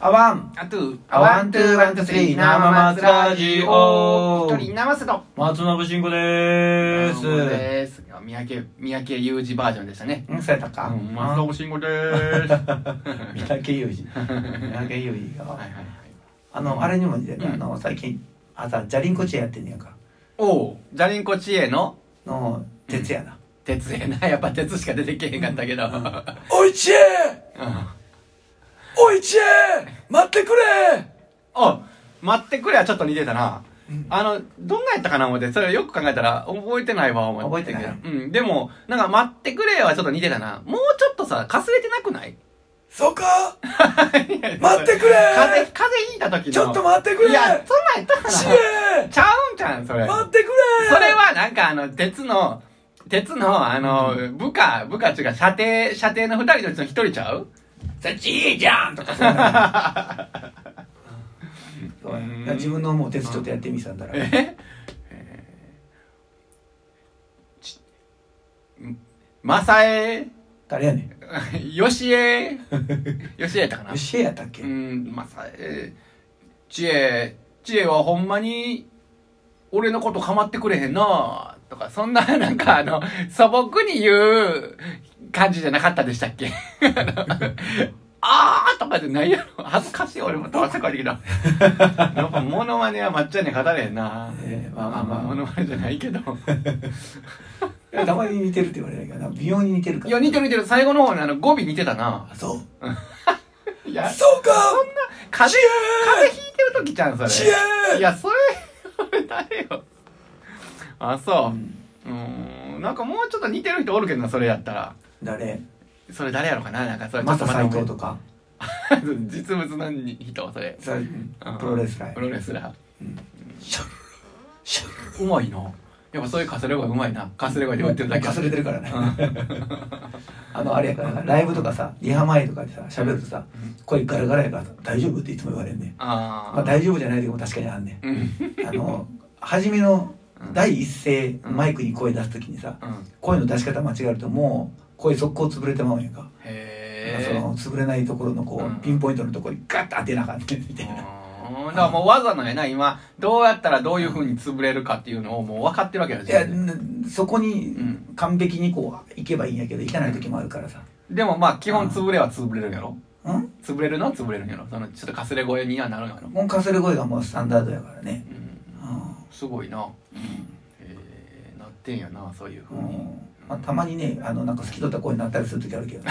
あわんあとゥあワントゥーワントゥースリー生松ラジオ一人生瀬戸松永慎吾でどうもです三宅三宅裕二バージョンでしたねうん、されたか、うん松永慎吾 でーす三宅裕二三宅裕二 が、はいはいはいあのあれにも出てた、うんあの最近あさじゃりんこチェやってんねやんかおうジャリンコ知恵のの徹夜だ、鉄やな やっぱ鉄しか出てけへんかったけど、おいちえおいちえ待ってくれお待ってくれはちょっと似てたな、あのどんなやったかな思ってそれよく考えたら覚えてないわ思って覚えてないうんでもなんか待ってくれはちょっと似てたなもうちょっとさかすれてなくないそうか待 待ってくれ風邪風邪ひいた時のちょっと待ってくれいやそんなんやったかちなえちゃうんちゃうんそれ待ってくれそれはなんかあの、鉄の、鉄のあの、部下、部下っていうか射程、射程の二人のうちの一人ちゃうそっちいいじゃんとかそう そうやうんいや自分の思う鉄ちょっとやってみせたんだらええマサエ、誰やねんヨシエ、ヨシエやったかなよしえやったっけ、うん、マサエ、知恵、知恵はほんまに、俺のこと構ってくれへんなとか、そんな、なんかあの、素朴に言う感じじゃなかったでしたっけ あーとかじゃないやろ。恥ずかしい、俺もどうせこできた。やっぱ、モノマネは抹茶に語れへんなえーまあまあまあモノマネじゃ ないけど。たまに似てるって言われないから微妙に似てるからいや、似てる似てる。最後の方にあの、語尾似てたなあそういや、そうか風邪、風邪ひいてる時じゃん、それ。知恵いや、それ、誰よ。あ、そうう。んうーん、なんかもうちょっと似てる人おるけどな、それやったら。誰それ誰やろかな、なんかそれ。マサ斎ちょっ藤ととか待って 実物の人、それ。そううんプロレスラーやプロレスラシャルシャルー。うまいな。やっぱそういうカスレ声うまいな。カスレ声で言ってるだけ。かすれてるからね あのあれやからライブとかさリハ前とかでさ喋るとさ声ガラガラやからさ大丈夫っていつも言われんねんあまあ。あ大丈夫じゃない時も確かにあん ね うん。んあの初めのうん第一声うんマイクに声出す時にさうん。声の出し方間違えるともう声速攻潰れてまうんやんかへそえ。の潰れないところのこうんうピンポイントのところにガッと当てなあかったみたいなうーんだからもうわざのやな、今、どうやったらどういうふうに潰れるかっていうのをもう分かってるわけだいやし。んそこにうん完璧にこう行けばいいんやけど行かない時もあるからさでもまあ、基本潰れは潰れるんやろうん潰れるのは潰れるんやろそのちょっとかすれ声にはなるんやろ、もうかすれ声がもうスタンダードやからねうん、うすごいな、えー、なってんやなそういうふん、ううんに、まあ、たまにねあのなんか透き通った声になったりする時あるけ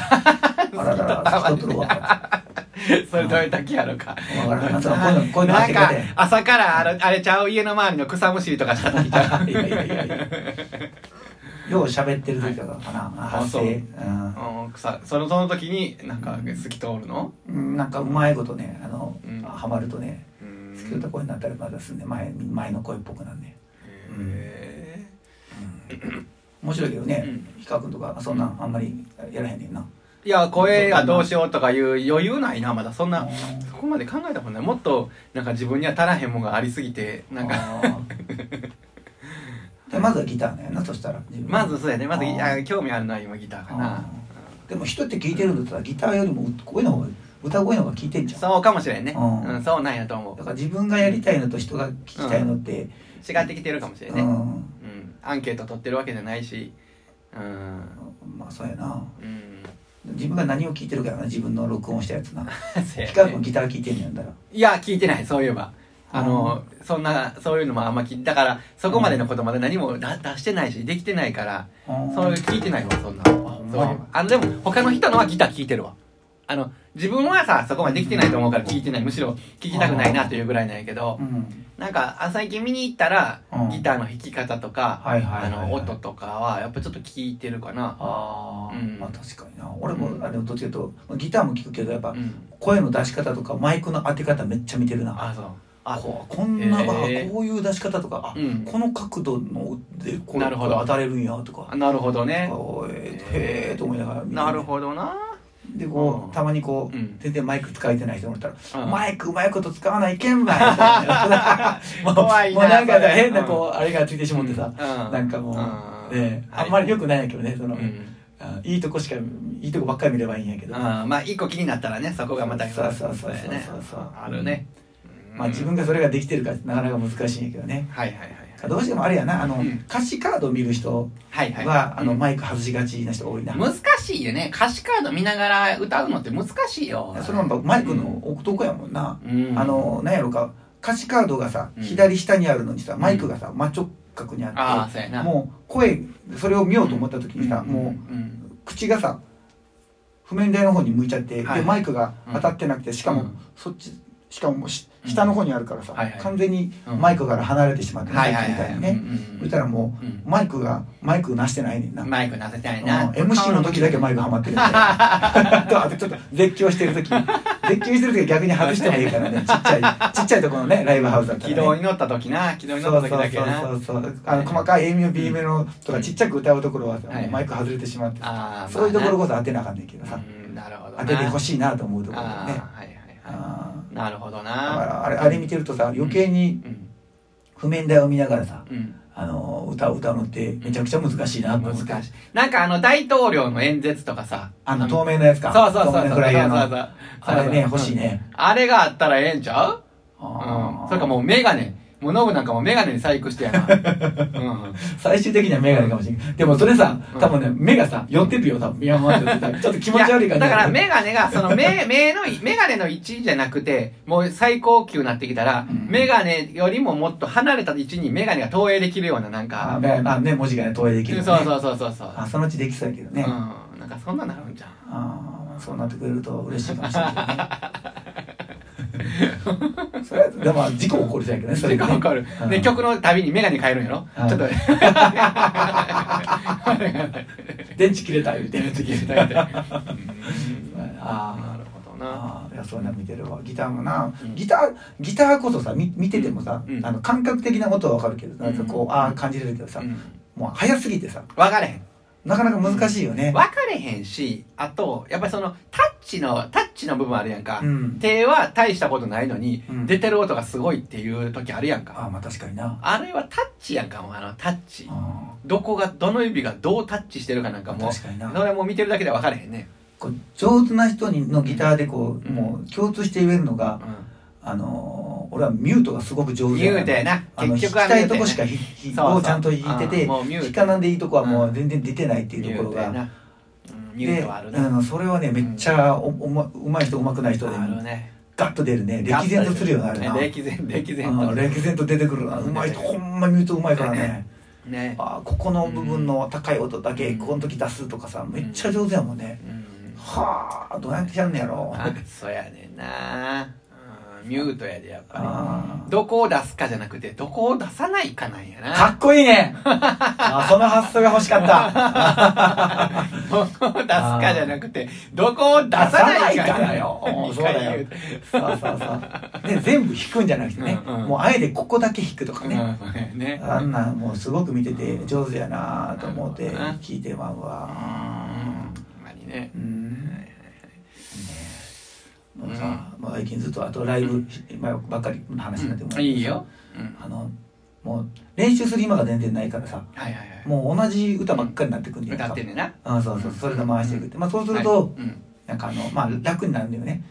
どあららら透き通っとるわ それどういう時やろかわからんなんか声の声のな当んてか方や朝からあれあれちゃう家の周りの草むしりとかした時ちゃういやいやいやいやよう喋ってる時とかかな、あ発声うんうん草そのその時になんか透き通るのうん、なんかうまいことねあの、うんハマるとねう透き通んった声になったりまだすんで前前の声っぽくなんねへ面白いけどね、うヒカ君とかそんなんあんまりやらへんねんな、ーいや声がどうしようとかいう余裕ないなまだそんなそこまで考えたもんないもっとなんか自分には足らへんもんがありすぎてなんかあーでまずはギターねなそしたら自分まずそうやねまずあーあ興味あるのは今ギターかなでも人って聞いてるんだったらギターよりも声の方が歌声の方が聞いてんじゃんだそうかもしれんねうんうんそうなんやと思うから自分がやりたいのと人が聞きたいのって、違ってきてるかもしれんうねんうんアンケート取ってるわけじゃないしうんまあそうやなうん 自分が何を聞いてるかやな自分の録音したやつなせやねヒカ君ギター聞いてんねやんだらいや聞いてないそういえばあのそんなそういうのもあんま聞いだからそこまでのことまで何もだ出してないしできてないからそういう聞いてないわそんなほんまそういえばあのでも他の人のはギター聞いてるわあの自分はさそこまでできてないと思うから聞いてないむしろ聞きたくないなというぐらいなんやけどうんなんかあ最近見に行ったらうんギターの弾き方とかはいはいはあいはい、の音とかはやっぱちょっと聞いてるかなああ、うんまあ確かにな俺もあれどっちかというとギターも聞くけどやっぱうん声の出し方とかマイクの当て方めっちゃ見てるなあそうあこうこんな、へーあこういう出し方とかあ、うんこの角度のでこれなるほこどれ当たれるんやとかあなるほどあねおいへーへえと思いながら見てなるほどなでこうんうたまにこう、うん全然マイク使えてない人もいたら、うんマイクうまいこと使わないけんばいみたいな 怖いなもうなんかそれ変なこう、あれがついてしまってさ、うんなんかもう、うんねえはいあんまり良くないんやけどねその、うんあいいとこしかいいとこばっかり見ればいいんやけどあーまあ一個気になったらねそこがまたそうそうそうそうやねそうそうあるね、まあ自分がそれができてるかなかなか難しいんやけどねはいはいはいどうしてもあれやなあの、うん歌詞カード見る人はいはいは、あのうんマイク外しがちな人が多いな、難しいよね歌詞カード見ながら歌うのって難しいよそれもやっぱマイクの奥とこやもんな、うんあのなんやろか歌詞カードがさ、うん左下にあるのにさマイクがさ真直角にあああっそうやてなもう声それを見ようと思った時にさ、んもうん口がさ譜面台の方に向いちゃって、はいでマイクが当たってなくて、しかも、うんそっちしかももうしうん下の方にあるからさ、はいはい完全にうんマイクから離れてしまって、はいさっはきいみはたいいにね、そしたらもうんうマイクがマイクなしてないねんな、マイクなせたいうんな MC の時だけマイクハマってるんだよ とあとちょっと絶叫してる時絶叫してる時は逆に外してもいいからね ちっちゃいちっちゃいところのねライブハウスだった軌ら道ねに乗った時な軌そ道うそうに乗ったそ時だうけなそうあの細かい A メロ B メロとかちっちゃく歌うところはさはいマイク外れてしまってあーそういうところまこそ当てなあかんねんけどあなさうんなるほど当ててほいしいなと思うところだよねあーはいはいはあいなるほどなーだからあれあれ見てるとさ余計にうん譜面台を見ながらさうんあの歌を歌うのってめちゃくちゃ難しいなと思って難しいなんかあの大統領の演説とかさあの透明なやつかそうそうそうそ透明うそなうフライヤーのそうそうあれね欲しいねねあれがあったらええんちゃうあうーんそれかもうメガネもうノブなんかもメガネに細工してや なうん最終的にはメガネかもしれない。でもそれさう、ん多分ね、目がさ、寄ってるよ、多分。宮本ってさちょっと気持ち悪い感じ。やだから、メガネが、そ の目、目のい、メガネの位置じゃなくて、もう最高級になってきたら、うんメガネよりももっと離れた位置にメガネが投影できるような、なんあか、めあね、文字がね、投影できる、ね。そうそうそうそうそう。あ、そのうちできそうやけどね。うあん。なんかそんなのあるんじゃん。あーそうなってくれると嬉しいかもしれないね。それはでも、事故起こりそうやけどね、それ時が間ね、かかる。うんで、曲のたびにメガネ変えるんやろうんちょっと。電池切れた、言うて。電池切れたみたいな。うんなあるほどーな。あー、いや、そういうの見てるわ。ギターもなうん、ギター、ギターこそさ、み見ててもさ、うんあの感覚的な音はわかるけど、なんかこう、うんああ、感じれるけどさ、うんもう早すぎてさ、分かれへん。なかなか難しいよね。分かれへんし、あと、やっぱりその、タッチの、タッチの部分あるやんか。うん手は大したことないのに、うん出てる音がすごいっていう時あるやんあか。あまあ確かになあれはタッチやんか、もうあの、タッチ。あどこが、どの指がどうタッチしてるかなんかあもう、確そかになれもう見てるだけでは分かれへんね。こう上手な人にのギターでこう、うんもう共通して言えるのうが、ん。あのー俺はミュートがすごく上手ミュやートやなな。あの結弾き局はたいとこミしューかトやひひそうそうをちゃんと弾いててうんもうミュート弾かなんでいいとこはもううん全然出てないっていうなところが、ミュートやなうんミュートはあるで、な。うん、それはねめっちゃおおまうまい人うまくない人であるね。ガッと出るね歴然とするようになるな歴然、歴然うんと。歴然と出てくるなうまい人ほんまミュートうまいからねね。あーここの部分の高い音だけうんこの時出すとかさめっちゃ上手やもんねうんはあどうやってやんねやろあそうやねんなうんミュートやでやっぱありどこを出すかじゃなくてどこを出さないかなんやーかなっこいいねあーその発想が欲しかったどこを出すかじゃなくてどこを出さないか出さないからよ二回言そうそうそうで全部弾くんじゃなくてねうんうんもうあえてここだけ弾くとかうんねそうやねあんなんもうすごく見てて上手やなと思ってなるほどな聞いてまうわほんまにねうんはいはいもうさもう最近ずっとあとライブ前ばっかりの話になってもうんいいようんあのもう練習する今が全然ないからさはいはいはいもう同じ歌ばっかりになってくんねん歌かってんねんなうん、そうそうそれで回していくって、まあ、そうすはるいと、うんなんかあのまあ楽になるんだよね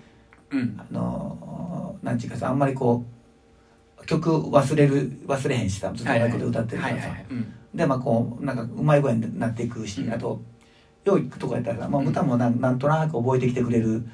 うんあのなんていうかさあんまりこう曲忘れる忘れへんしさずっと同じこと歌ってるかはいらはいさはいうんでまあこうなんかうまい声になっていくし、うんあとよう行くとこやったらさ、まあ、歌もなんなんとなく覚えてきてくれる、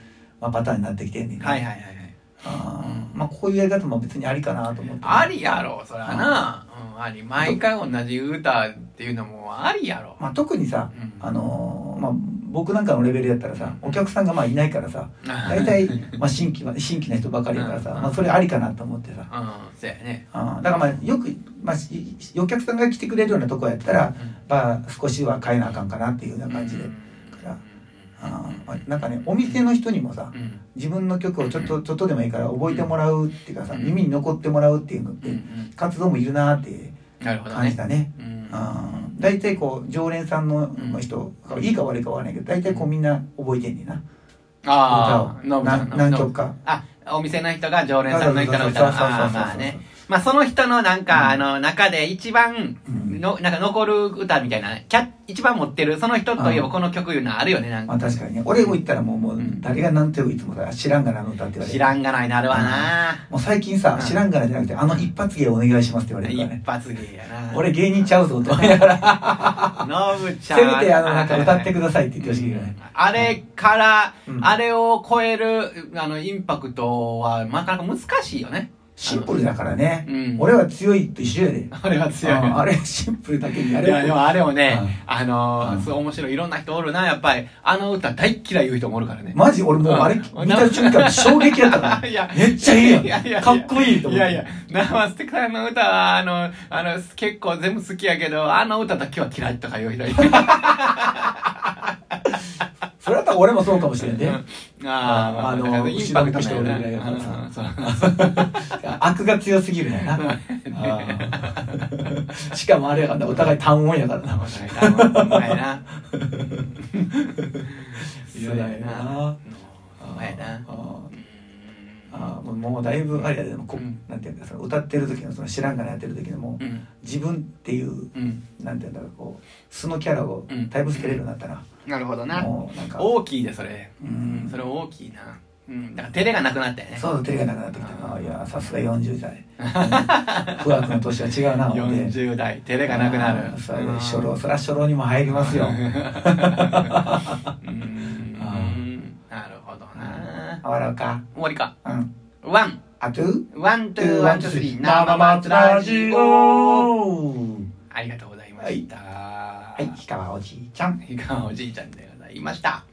まあ、パターンになってきてんねんねはいはいはいはいあーまあこういうやり方も別にありかなと思ってありやろそらなうんあり毎回同じ歌っていうのもありやろまあ、特にさうんあのーまあ僕なんかのレベルやったらさお客さんがまあいないからさ大体、まあ、新規は新規な人ばかりやからさ、うんまあ、それありかなと思ってさうん、そうやね。あーだからまあよく、まあ、しお客さんが来てくれるようなとこやったら、まあ、少しは変えなあかんかなっていうような感じで、うんからあーまあ、なんかねお店の人にもさうん自分の曲をちょっとちょっとでもいいから覚えてもらうっていうかさ、うん耳に残ってもらうっていうのっうて、んうん活動もいるなーってなるほど感じね。たね。うんあー大体こう常連さんのうんまあ人、いいか悪いかはないけど大体こうみんな覚えてんねんなああ、歌ノをブちゃなんの何曲。かあ、お店の人が常連さんの人の歌の。そうそうそうそうああ、まあね。まあその人のなんか、あの、中で一番、うんうんのなんか残る歌みたいなキャ一番持ってるその人といえばうんこの曲いうのあるよねなんまかあ確かにね俺も言ったらもうもううん誰が何て言ういつもさ知らんがなの歌って言われ知るらんがないなるわな、もう最近さうん知らんがなじゃなくてあの一発芸お願いしますって言われるからね一発芸やな俺芸人ちゃう ぞと思いながらノブちせゃんめてあのなんか歌ってくださいって言ってほしいけどねあれから、うんあれを超えるあのインパクトはなかなか難しいよね。シンプルだからね、うん俺は強いと一緒やであれは強い。ああれシンプルだけにやいれやでもあれもね、あうのー、んすごい面白いいろんな人おるなやっぱりあの歌大っ嫌い言う人もおるからね。マジ俺もうあれ見た瞬間衝撃やったか いやらめっちゃいいいやいややんかっこいいと思いっやいてや、生ステさんの歌は、あの、あの、結構全部好きやけど、あの歌だけは嫌いとか言う 人いる。それだったら俺もそうかもしれんねうんあーまあ、あのだからインパクトが後ろのね人おるぐらいだからさうんそう悪が強すぎるんやなあーしかもあれやからなお互い単音や からなお前な。嫌だよなお前な。あーあーもうもうだいぶあれやでもこ、うんなんていうんだその歌ってる時のその知らんがなやってる時のもう、うん。自分っていううん。なんていうんだろうこう素のキャラをうんだいぶ捨てれるようになったら、なるほどな。もうなんか大きいで、それ。ううんん。それ大きいな。うん。だから、照れがなくなったよね。そうそう手がなくなってきたあなーいやさすが40代 うん不惑の年は違うな思って40代、照れがなくなあーる。それでうん初老そら初老にも入りますようんうんなるほどな。あわろうか終わりか。うんワン、あとゥワン、ツー、ワン、ツー、スリー、生生松松ララジジオ。オありがとうございました。ははい氷川おじいちゃんい。いかがおじいちゃんでございました。